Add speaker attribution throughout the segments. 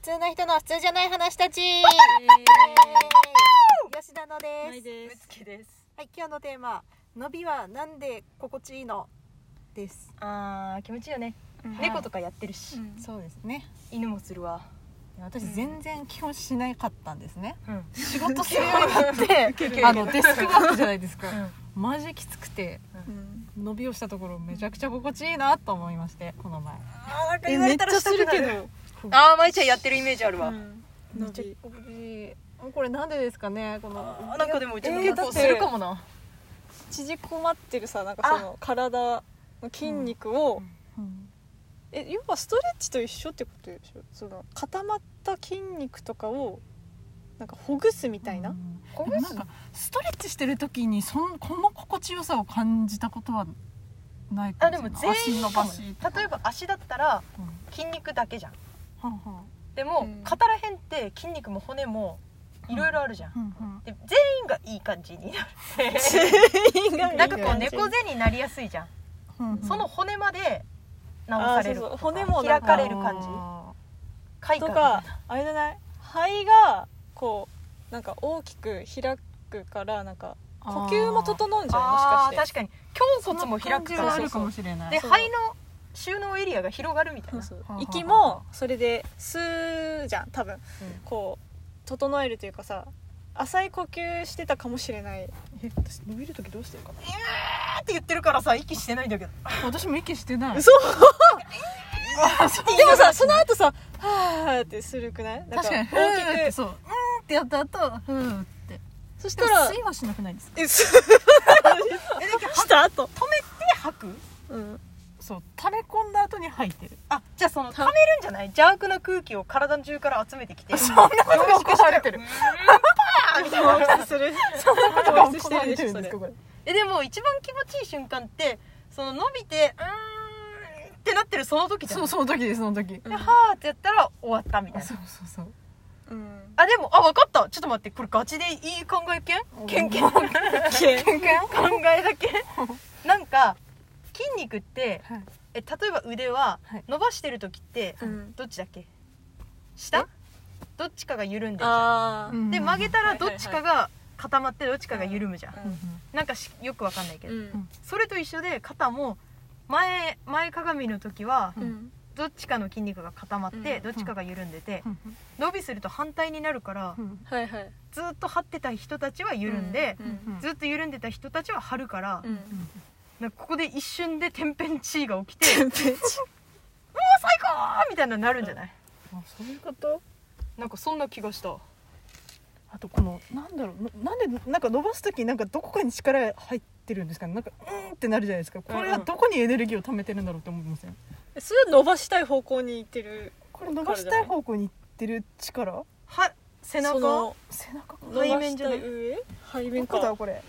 Speaker 1: 通な人の普通じゃない話たち吉田の
Speaker 2: な
Speaker 1: で
Speaker 2: い
Speaker 1: す
Speaker 2: で
Speaker 3: ぶ
Speaker 2: す
Speaker 3: つけです
Speaker 1: はい今日のテーマ伸びはなんで心地いいのです、
Speaker 3: あー気持ちいいよね
Speaker 2: うん
Speaker 3: 猫とかやってるし、
Speaker 2: うん
Speaker 1: そうですね
Speaker 3: 犬もするわ
Speaker 1: 私
Speaker 2: うん
Speaker 1: 全然気持ちしなかったんですね、
Speaker 3: うん、うん
Speaker 1: 仕事するようになって
Speaker 2: ける
Speaker 1: あのデスクワークじゃないですかマジきつくて
Speaker 2: うん
Speaker 1: 伸びをしたところめちゃくちゃ心地いいなと思いましてこの前
Speaker 3: あーなんか
Speaker 2: え
Speaker 3: 言わ
Speaker 2: め
Speaker 3: れ
Speaker 2: ったち
Speaker 3: ら
Speaker 2: ゃ
Speaker 3: し
Speaker 2: す
Speaker 3: たく
Speaker 2: る
Speaker 3: な
Speaker 2: け
Speaker 3: る
Speaker 2: ど
Speaker 3: あーまいちゃんやってるイメージあるわ、
Speaker 2: うん
Speaker 1: め
Speaker 2: 伸
Speaker 1: っちゃ
Speaker 2: び
Speaker 1: 心地いいこれなんでですかねこの
Speaker 3: あーなんかでもうちの
Speaker 1: えー
Speaker 3: 結
Speaker 1: だっ
Speaker 3: 構
Speaker 1: て
Speaker 3: するかもな、
Speaker 2: 縮こまってるさなんかその体の筋肉を、
Speaker 1: うん
Speaker 2: え要はストレッチと一緒ってことでしょその固まった筋肉とかをなんかほぐすみたいな、
Speaker 1: うんでもなんかストレッチしてる時にそんこの心地よさを感じたことはないか
Speaker 3: あ
Speaker 1: も
Speaker 3: で
Speaker 1: し
Speaker 3: も
Speaker 1: れない
Speaker 3: 全員
Speaker 1: 足伸ばしとか
Speaker 3: 例えば足だったら
Speaker 1: うん
Speaker 3: 筋肉だけじゃん
Speaker 1: はんはん
Speaker 3: でも、
Speaker 2: うん
Speaker 3: 肩らへんって筋肉も骨もいろいろあるじゃん、
Speaker 1: うんうん
Speaker 3: で全員がいい感じになる
Speaker 2: 全員が
Speaker 3: なんかこう猫
Speaker 2: 背
Speaker 3: 背になりやすいじゃん、
Speaker 1: うんうん
Speaker 3: その骨まで直される
Speaker 2: あーそうそう
Speaker 3: とか
Speaker 2: 骨もな
Speaker 3: 開
Speaker 2: ん
Speaker 3: かれる感じ
Speaker 1: あ
Speaker 3: 開
Speaker 2: と
Speaker 3: 花
Speaker 2: かあれじゃない肺がこうなんか大きく開くからなんか
Speaker 1: ー
Speaker 2: 呼吸も整うんじゃないもし
Speaker 3: あー
Speaker 2: かして
Speaker 3: 確かに
Speaker 1: そ
Speaker 3: 胸
Speaker 1: ん
Speaker 3: 骨も
Speaker 1: な
Speaker 3: 開
Speaker 1: 感
Speaker 3: く
Speaker 1: じ
Speaker 3: か
Speaker 1: は
Speaker 3: ら
Speaker 1: あ
Speaker 3: そう
Speaker 1: るか
Speaker 3: そう
Speaker 1: もしれない
Speaker 3: で
Speaker 2: そう
Speaker 3: 肺の収納エリアが広がるみたい
Speaker 2: そう
Speaker 3: な
Speaker 2: そう
Speaker 1: はあはあ
Speaker 2: 息もそれで吸うじゃん多分、こう整えるというかさ浅い呼吸してたかもしれない
Speaker 3: え私伸びる時どうしてるかなえーって言ってるからさ息してないんだけど
Speaker 1: 私も息してない
Speaker 2: 嘘
Speaker 1: あそう
Speaker 2: でもさその後さ「はーってするくないなん
Speaker 1: 確かにふ
Speaker 2: 大
Speaker 1: ーって
Speaker 2: きく
Speaker 1: そううんってやった後ふーって
Speaker 2: そし
Speaker 1: で
Speaker 2: た
Speaker 1: も
Speaker 2: ら
Speaker 1: 吸いはしなくないですか
Speaker 2: えすした後
Speaker 3: 吐く
Speaker 2: うん
Speaker 1: そう溜め込んだ後に吐いてる
Speaker 3: あじゃあその溜めるんじゃない邪悪な空気を体中から集めてきて
Speaker 1: そんなことが行われてる
Speaker 2: 放出する
Speaker 1: が
Speaker 2: 放出し
Speaker 1: 行
Speaker 2: て
Speaker 1: わ
Speaker 2: る
Speaker 1: れ
Speaker 2: で
Speaker 1: て
Speaker 2: し
Speaker 1: る
Speaker 2: ょ
Speaker 1: んです
Speaker 2: それ
Speaker 1: かこれ
Speaker 3: えでも一番気持ちいい瞬間ってその伸びてうーんってなってるその時じゃん
Speaker 1: そうその時ですその時
Speaker 3: ではーってやったら終わったみたいな
Speaker 1: そうそうそう
Speaker 2: うん
Speaker 3: あでもあ分かったちょっと待ってこれガチでいい考えけんけんけん考
Speaker 1: ケン ケン
Speaker 3: えだけなんか筋肉って
Speaker 1: はい
Speaker 3: え例えば腕は
Speaker 1: はい
Speaker 3: 伸ばしてる時って、
Speaker 2: うん
Speaker 3: どっちだっけ下どっちかが緩んでるじゃ
Speaker 2: あー
Speaker 1: うん
Speaker 3: んで曲げたらどっちかが固まってどっちかが緩むじゃん、
Speaker 2: うん
Speaker 3: なんかしよくわかんないけど、
Speaker 2: うん
Speaker 3: それと一緒で肩も前前鏡の時は
Speaker 2: うん
Speaker 3: どっちかの筋肉が固まって、
Speaker 2: うん
Speaker 3: どっちかが緩んでて、
Speaker 1: うん
Speaker 3: 伸びすると反対になるから、
Speaker 1: うん
Speaker 2: はいはい
Speaker 3: ずっと張ってた人たちは緩んで、
Speaker 2: う
Speaker 1: うん
Speaker 3: ずっと緩んでた人たちは張るから、
Speaker 2: うん
Speaker 3: なんかここで一瞬で天変地異が起きて
Speaker 2: 天変地
Speaker 3: 最高 みたいなのなるんじゃない、
Speaker 1: あそういうこと
Speaker 3: なんかそんな気がした
Speaker 1: あとこのなんだろうななんでなんか伸ばす時なんかどこかに力入ってるんですかねなんかうんってなるじゃないですかこれはどこにエネルギーを貯めてるんだろうって思いません
Speaker 2: それは伸ばしたい方向に行ってる
Speaker 1: これ伸ばしたい方向にいってる力
Speaker 3: は背
Speaker 2: そ
Speaker 3: 中
Speaker 2: の
Speaker 1: 背中か
Speaker 2: 伸ば
Speaker 3: 背面
Speaker 2: し
Speaker 3: じゃ
Speaker 2: た
Speaker 3: ないい
Speaker 2: 上背
Speaker 1: ど
Speaker 2: 面
Speaker 1: こだ
Speaker 2: か
Speaker 1: これ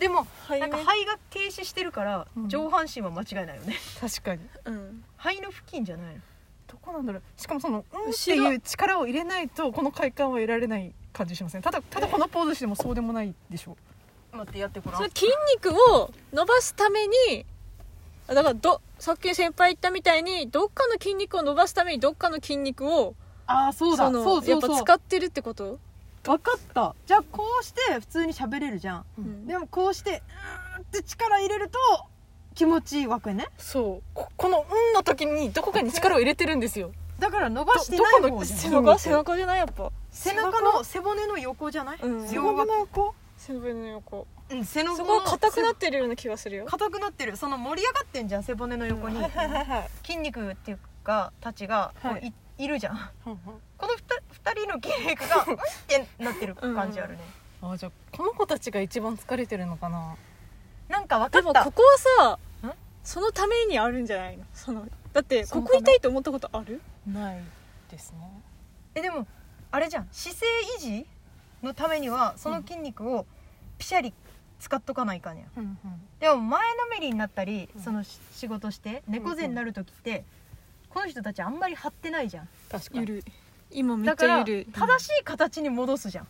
Speaker 3: でも
Speaker 2: 背
Speaker 3: なんか
Speaker 2: 面
Speaker 3: 肺が停止してるから、
Speaker 1: うん
Speaker 3: 上半身は間違いないよね
Speaker 1: 確かに
Speaker 2: うん
Speaker 3: 肺の付近じゃないの
Speaker 1: どこなんだろうしかもその「うん」って
Speaker 2: 後ろ
Speaker 1: いう力を入れないとこの快感は得られない感じしませんただただこのポーズしてもそうでもないでしょ
Speaker 3: 待ってやってごら
Speaker 2: そ
Speaker 3: ん
Speaker 2: れ筋肉を伸ばすためにだからどさっき先輩言ったみたいにどっかの筋肉を伸ばすためにどっかの筋肉を
Speaker 3: ああそ
Speaker 2: のやっぱ使ってるってこと、
Speaker 3: 分かったじゃあこうして普通に喋れるじゃん
Speaker 1: う
Speaker 2: うん
Speaker 3: でもこうしてうーんって力入れると気持ちいいわけね
Speaker 1: そうここの「うん」の時にどこかに力を入れてるんですよ
Speaker 3: だから伸ばしてない
Speaker 1: どどこの
Speaker 3: 方じゃん
Speaker 1: 背
Speaker 2: 背
Speaker 1: 中
Speaker 2: 中背中じゃないやっぱ
Speaker 3: 背中の背骨の横じゃない、
Speaker 2: うん
Speaker 3: 両脇
Speaker 1: 横
Speaker 2: 背骨の横
Speaker 3: うん背中の
Speaker 2: そこが硬くな
Speaker 3: っ
Speaker 2: ってるような気がするよ
Speaker 3: 硬くなってるその盛り上がってんじゃん背骨の横に、
Speaker 1: はいはいはい
Speaker 3: 筋肉っていうかたちがこう
Speaker 1: はい
Speaker 3: い、いるじゃんこのふた二人の筋肉がうんってなってる感じあるね、
Speaker 1: あじゃあこの子たちが一番疲れてるのかな
Speaker 3: なんか
Speaker 2: で
Speaker 3: 分か
Speaker 2: も
Speaker 3: った
Speaker 2: ここはさ
Speaker 3: ん
Speaker 2: そのためにあるんじゃないのそのだって
Speaker 1: そ
Speaker 2: こ
Speaker 1: の
Speaker 2: こ痛いと思ったことある
Speaker 1: ないですね
Speaker 3: えでもあれじゃん姿勢維持のためにはその筋肉をピシャリ使っとかないかんや
Speaker 1: うん
Speaker 3: でも前のめりになったり、
Speaker 1: うん
Speaker 3: そのし仕事して猫背になる時って、この人たちあんまり張ってないじゃん
Speaker 1: 確か
Speaker 2: ゆ
Speaker 1: に
Speaker 2: るい今めっ
Speaker 3: だ
Speaker 2: ち
Speaker 3: か
Speaker 2: ゃゆ
Speaker 3: ら
Speaker 2: るい
Speaker 3: 正しい形に戻すじゃん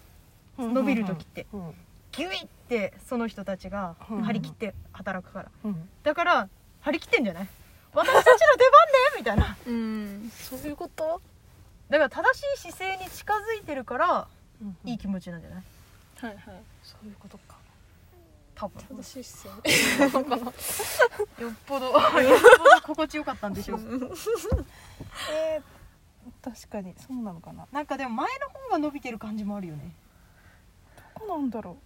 Speaker 3: 伸びる時って
Speaker 1: うん
Speaker 3: ギュイってその人たちが張り切って働くから
Speaker 1: うん
Speaker 3: だから張り切ってんじゃない私たちの出番ねみたいな
Speaker 2: うん
Speaker 1: そういうこと
Speaker 3: だから正しい姿勢に近づいてるから
Speaker 1: うん
Speaker 3: いい気持ちなんじゃない
Speaker 2: はいはい
Speaker 1: そういうことか
Speaker 3: 多分
Speaker 2: 正しい姿勢
Speaker 3: よっぽどよっぽど心地よかったんでしょう
Speaker 1: えー、確かにそうなのかな
Speaker 3: なんかでも前の方が伸びてる感じもあるよね
Speaker 1: どこなんだろ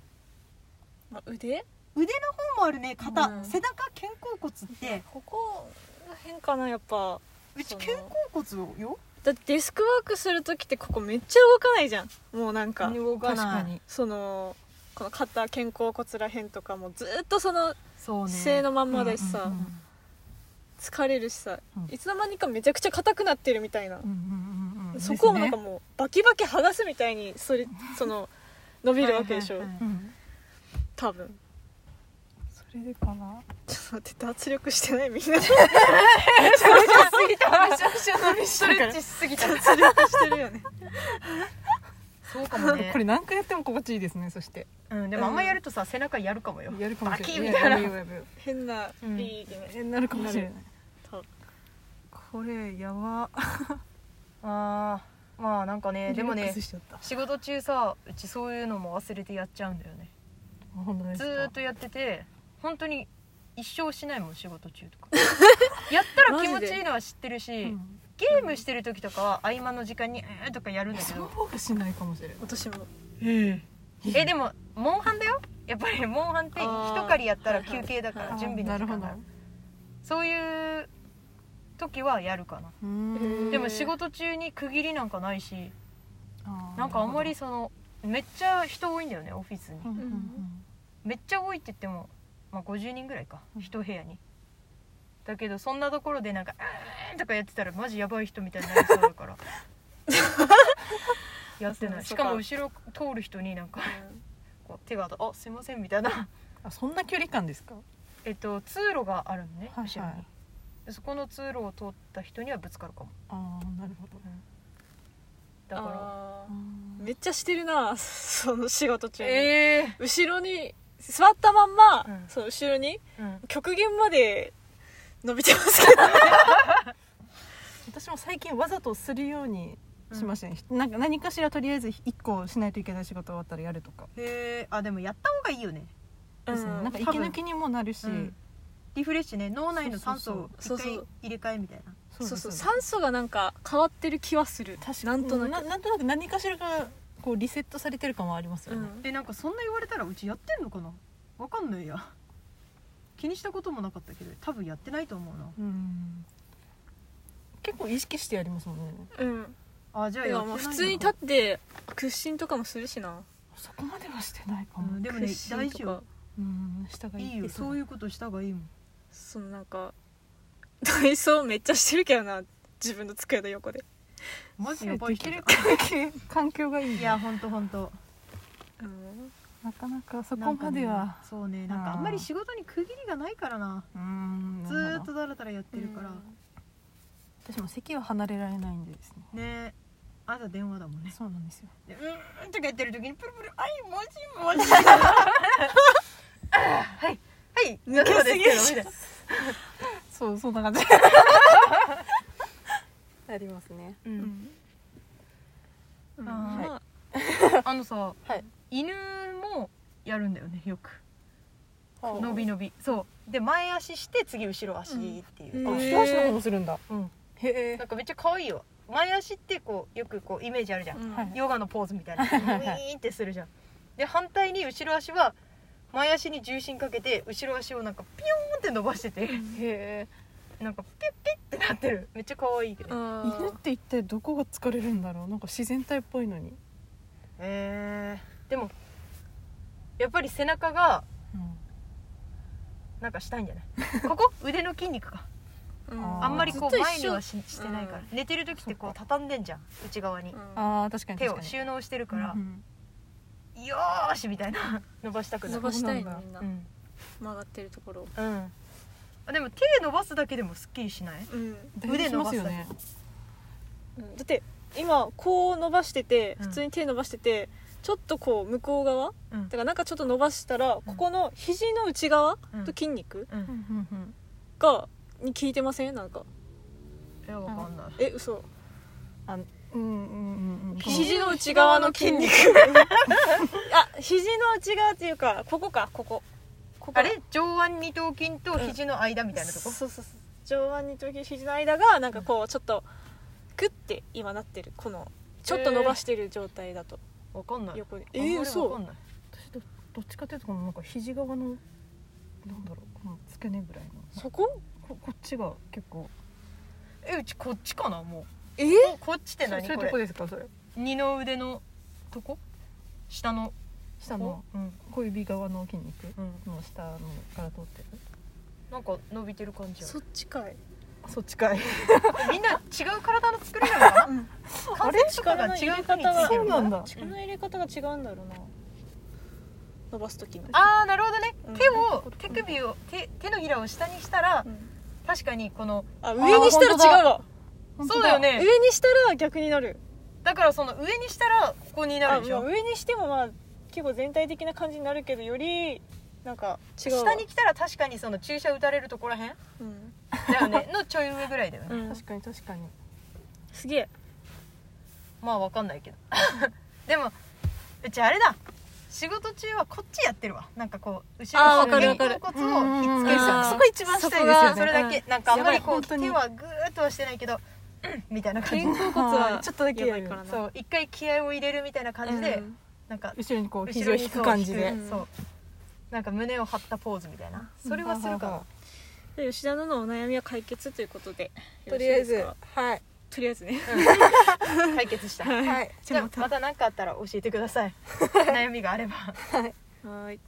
Speaker 2: ま あ腕
Speaker 3: 腕の方もあるね肩、
Speaker 2: うん
Speaker 3: 背中肩甲骨って
Speaker 2: ここら辺かなやっぱ
Speaker 3: うち
Speaker 2: そう
Speaker 3: 肩甲骨をよ
Speaker 2: だってデスクワークする時ってここめっちゃ動かないじゃんもうなんか
Speaker 3: 動
Speaker 1: う確かに
Speaker 2: そのこの肩肩甲骨らへんとかもずっとその
Speaker 3: そうね
Speaker 2: 姿勢のまんまだしさ、
Speaker 1: うんうん
Speaker 2: 疲れるしさ、
Speaker 1: うん
Speaker 2: いつの間にかめちゃくちゃ硬くなってるみたい
Speaker 1: う
Speaker 2: な、
Speaker 1: んうんうんうん
Speaker 2: そこをなんか
Speaker 1: で
Speaker 2: もうバキバキ剥がすみたいにそれその伸びるわけでしょ、
Speaker 3: はいは い
Speaker 1: すねうん
Speaker 2: 多分
Speaker 1: それでかな
Speaker 2: ちょっと待って脱力してないみんな
Speaker 3: ストレッチしすぎた
Speaker 2: 脱力してるよね
Speaker 3: そうかも
Speaker 1: こ
Speaker 3: ね
Speaker 1: れ何回やっても心地いいですねそして
Speaker 3: うんでもあんまやるとさ背中やるかもよ
Speaker 1: やるかもしれない
Speaker 3: バキみたいな
Speaker 1: やばやばやば
Speaker 2: 変な
Speaker 3: うん
Speaker 2: ビーってね、
Speaker 1: えなるかもしれない
Speaker 2: 多分
Speaker 1: これやば
Speaker 3: あーまあなんかねでも
Speaker 1: リラッ
Speaker 3: ね
Speaker 1: クスしちゃった
Speaker 3: 仕事中さうちそういうのも忘れてやっちゃうんだよね
Speaker 1: 本当です
Speaker 3: ず
Speaker 1: か
Speaker 3: ーっとやってて本当に一生しないもん仕事中 とかやったら気持ちいいのは知ってるし、
Speaker 1: うん
Speaker 3: ゲームしてる時とかは合間の時間に「えー」とかやるんだけ
Speaker 1: その
Speaker 3: ど
Speaker 1: 方がしないかもしれない
Speaker 2: 私も
Speaker 1: え
Speaker 3: えでもモンハンだよやっぱりモンハンって
Speaker 2: あー
Speaker 3: 一狩りやったら休憩だか
Speaker 2: はい
Speaker 3: ら
Speaker 2: はい
Speaker 3: 準備の
Speaker 1: な
Speaker 3: 時
Speaker 1: るほ
Speaker 3: 間
Speaker 1: ど
Speaker 3: だそういう時はやるかな
Speaker 1: うーん
Speaker 3: でも仕事中に区切りなんかないし
Speaker 1: あー
Speaker 3: なんかあんまりそのめっちゃ人多いんだよねオフィスに
Speaker 1: うんうん
Speaker 3: めっちゃ多いって言っても、まあ、50人ぐらいか
Speaker 1: うん
Speaker 3: 一部屋にだけどそんなところでなんか「うーん」とかやってたらマジやばい人みたいになりそうだ からやってないしかも後ろ通る人になんかこう手があったあすいません」みたいな
Speaker 1: あそんな距離感ですか
Speaker 3: えっと通路があるのね
Speaker 1: はいはい
Speaker 3: 後ろにでそこの通路を通った人にはぶつかるかも
Speaker 1: ああなるほど
Speaker 3: だか
Speaker 2: あ
Speaker 1: う
Speaker 2: ー
Speaker 1: ん
Speaker 2: めっちゃしてるな その仕事中
Speaker 3: ら
Speaker 2: に、
Speaker 3: え
Speaker 2: 後ろに座ったまんま、
Speaker 3: うん
Speaker 2: そう後ろに
Speaker 3: えうん
Speaker 2: 極限まで伸びてますけど
Speaker 1: 私も最近わざとするようにしましたね、なんか何かしらとりあえず1個しないといけない仕事終わったらやるとか
Speaker 3: へえあでもやった方がいいよね
Speaker 1: ですね、
Speaker 2: うん
Speaker 1: なんか息抜きにもなるし、
Speaker 3: うんリフレッシュね脳内の酸素を
Speaker 2: そ
Speaker 3: 一
Speaker 2: うそうそう
Speaker 3: 回入れ替えみたいな
Speaker 1: です
Speaker 2: そうそう
Speaker 1: です
Speaker 2: 酸素がなんか変わってる気はする
Speaker 1: 確
Speaker 2: な
Speaker 1: か
Speaker 2: ん
Speaker 1: に
Speaker 2: となく
Speaker 1: ななんとなく何かしらがこうリセットされてる感はありますよ
Speaker 2: う
Speaker 1: ね、
Speaker 2: ん
Speaker 3: えなんかそんな言われたらうちやってんのかなわかんないや気にしたこともなかったけど多分やってないと思うな
Speaker 1: うん結構意識してやりますもんね
Speaker 2: うん
Speaker 3: あじゃあ
Speaker 2: い
Speaker 3: や
Speaker 2: や
Speaker 3: ってない
Speaker 2: ま
Speaker 3: の
Speaker 2: あ
Speaker 3: か
Speaker 2: 普通に立って屈伸とかもするしな
Speaker 1: そこまではしてないか
Speaker 3: う
Speaker 1: も
Speaker 3: ん、でもね
Speaker 2: 屈伸
Speaker 3: 大事
Speaker 2: とか
Speaker 3: よ
Speaker 1: うん、下がいい
Speaker 3: いいよそう
Speaker 1: い
Speaker 3: いうことした方がいいもん
Speaker 2: そのなんか体操めっちゃしてるけどな自分の机の横で、
Speaker 3: マジやばい
Speaker 1: で
Speaker 3: 人
Speaker 1: き
Speaker 3: だ
Speaker 1: る 環境がいいね
Speaker 3: いやほんとほんと
Speaker 2: うん、
Speaker 1: なかなかそ
Speaker 3: な
Speaker 1: こ
Speaker 3: んか
Speaker 1: ま
Speaker 3: ね
Speaker 1: では、
Speaker 3: そうねなんかあんまり仕事に区切りがないからな
Speaker 1: うん
Speaker 3: ずーっとだらだらやってるから、
Speaker 1: 私も席は離れられないんでですね
Speaker 3: ねあと電話だもんね
Speaker 1: そうなんですよ
Speaker 3: でうーんとかやってる時にプルプル「あいもしもし」はいはい抜けすぎるみたいな
Speaker 1: そうそん な感じありますね
Speaker 3: う
Speaker 2: うんんうん
Speaker 3: あー
Speaker 2: まあ
Speaker 3: あのさ、
Speaker 1: はい
Speaker 3: 犬もやるんだよねよく伸び伸びそうで前足して次後ろ足っていう、
Speaker 2: うん
Speaker 1: あ
Speaker 2: うん
Speaker 1: 一足の方もするんだ
Speaker 3: うん
Speaker 1: へえ
Speaker 3: なんかめっちゃ可愛いよ前足ってこうよくこうイメージあるじゃん、
Speaker 2: うん
Speaker 1: はい
Speaker 3: ヨガのポーズみたいなウィーンってするじゃんで反対に後ろ足は前足に重心かけて後ろ足をなんかピヨーンって伸ばしてて
Speaker 1: へえ
Speaker 3: なんかピッピッってなってるめっちゃ可愛いけど
Speaker 2: あー
Speaker 1: 犬って一体どこが疲れるんだろうなんか自然体っぽいのに、
Speaker 3: えー、でもやっぱり背中がなんかしたいんじゃないここ腕の筋肉か
Speaker 2: う
Speaker 1: あー
Speaker 3: あんまりこう前には
Speaker 2: ずっ
Speaker 3: ししてないから、
Speaker 2: うん
Speaker 3: 寝てる時ってこ
Speaker 1: そうっか
Speaker 3: 畳んでんじゃん内側に
Speaker 2: と一緒うん
Speaker 1: ああ確かに
Speaker 3: 手
Speaker 1: 確か
Speaker 3: を
Speaker 1: に
Speaker 3: 収納してるから
Speaker 1: う、ん
Speaker 3: よーしみたいな伸ばしたくな
Speaker 2: 伸
Speaker 3: る
Speaker 2: ばしたいの
Speaker 1: そう
Speaker 2: みんな、
Speaker 3: うん、
Speaker 2: 曲がってるところ
Speaker 3: うん、あでも手伸ばすだけでもすっきりしない
Speaker 2: うん、
Speaker 1: 腕伸ばすよね
Speaker 2: だって今こう伸ばしてて
Speaker 3: うん
Speaker 2: 普通に手伸ばしてて、ちょっとこう向こう側だ
Speaker 3: うん
Speaker 2: からなんかちょっと伸ばしたら、ここの肘の内側
Speaker 3: うん
Speaker 2: と筋肉
Speaker 3: うんうんうん
Speaker 2: がに効いてませんなんか
Speaker 3: えわかんない
Speaker 2: え嘘
Speaker 1: あうんうんうん
Speaker 3: 肘
Speaker 2: 肘の内側の筋肉 あ肘の内側っていうかここかここここ
Speaker 3: あれ上腕二頭筋と肘の間みたいなとこ、
Speaker 2: そうそうそう上腕二頭筋肘の間がなんかこうちょっとグッて今なってるこのちょっと伸ばしてる状態だと
Speaker 3: わかんない
Speaker 2: 横で
Speaker 3: あんまりわかんない
Speaker 1: 私どどっちかっていうとこのなんか肘側のなんだろうこの付け根ぐらいの
Speaker 2: そこ
Speaker 1: ここっちが結構
Speaker 3: えうちこっちかなも
Speaker 2: え
Speaker 3: うここっちって何
Speaker 1: そういう
Speaker 3: こと
Speaker 1: こ
Speaker 3: れ
Speaker 1: ですかそれ
Speaker 3: 二の腕のとこ下の
Speaker 1: 下の
Speaker 3: うん
Speaker 1: 小指側の筋肉
Speaker 3: うん
Speaker 1: の下のから通ってる
Speaker 3: なんか伸びてる感じや
Speaker 2: そっちかい
Speaker 1: あそっちかい
Speaker 3: みんな違う体の作りなの か
Speaker 2: うん
Speaker 3: な関節とかが違う方についてるのか
Speaker 1: そうなん だ
Speaker 2: 力の入れ方が違うんだろうな伸ばす時の
Speaker 3: あーなるほどね、
Speaker 2: うん
Speaker 3: 手を手首を手手のひらを下にしたら、
Speaker 2: うん
Speaker 3: 確かにこの
Speaker 2: あ上にしたら違うわ
Speaker 3: そうだよね
Speaker 2: 上にしたら逆になる
Speaker 3: だからその上にしたらここにな
Speaker 2: あ
Speaker 3: るでしょ
Speaker 2: まあ上にしてもまあ結構全体的な感じになるけどよりなんか違うわ
Speaker 3: 下に、来たら確かにその注射打たれるとこらへん
Speaker 2: うん
Speaker 3: だよねのちょい上ぐらいだよね、
Speaker 2: うん
Speaker 1: 確かに確かに
Speaker 2: すげえ
Speaker 3: まあわかんないけど でもうちあれだ仕事中はこっちやってるわなんかこう後ろ
Speaker 2: あーわかる
Speaker 3: の
Speaker 2: わかる
Speaker 3: 肩甲骨をひっつける
Speaker 2: うんうんう
Speaker 3: そ
Speaker 2: ん
Speaker 1: そ
Speaker 3: こ
Speaker 1: こ一番したいですよ
Speaker 2: そこが
Speaker 1: ね
Speaker 3: それだけなんかあんまりこ
Speaker 1: やばい
Speaker 3: う
Speaker 1: 本当に
Speaker 3: 手はグーッとはしてないけど、うんみたいな感じ
Speaker 2: 肩甲骨
Speaker 1: は
Speaker 2: はい
Speaker 1: ちょっとだけ
Speaker 2: やばいからな
Speaker 3: そう一回気合を入れるみたいな感じで、
Speaker 2: うん
Speaker 3: なんか
Speaker 1: 後ろにこう
Speaker 3: 後
Speaker 1: 肘
Speaker 3: ろ
Speaker 1: を
Speaker 3: に
Speaker 1: 引く感じ
Speaker 3: そう
Speaker 1: で
Speaker 3: 引くそうなんか胸を張ったポーズみたいなそれはするかな
Speaker 2: で吉田ののお悩みは解決ということで
Speaker 1: とりあえず
Speaker 2: よろしいですか
Speaker 1: はい
Speaker 2: とりあえずね
Speaker 3: 解決した
Speaker 1: はい
Speaker 3: じゃあまた何かあったら教えてください悩みがあれば
Speaker 2: はい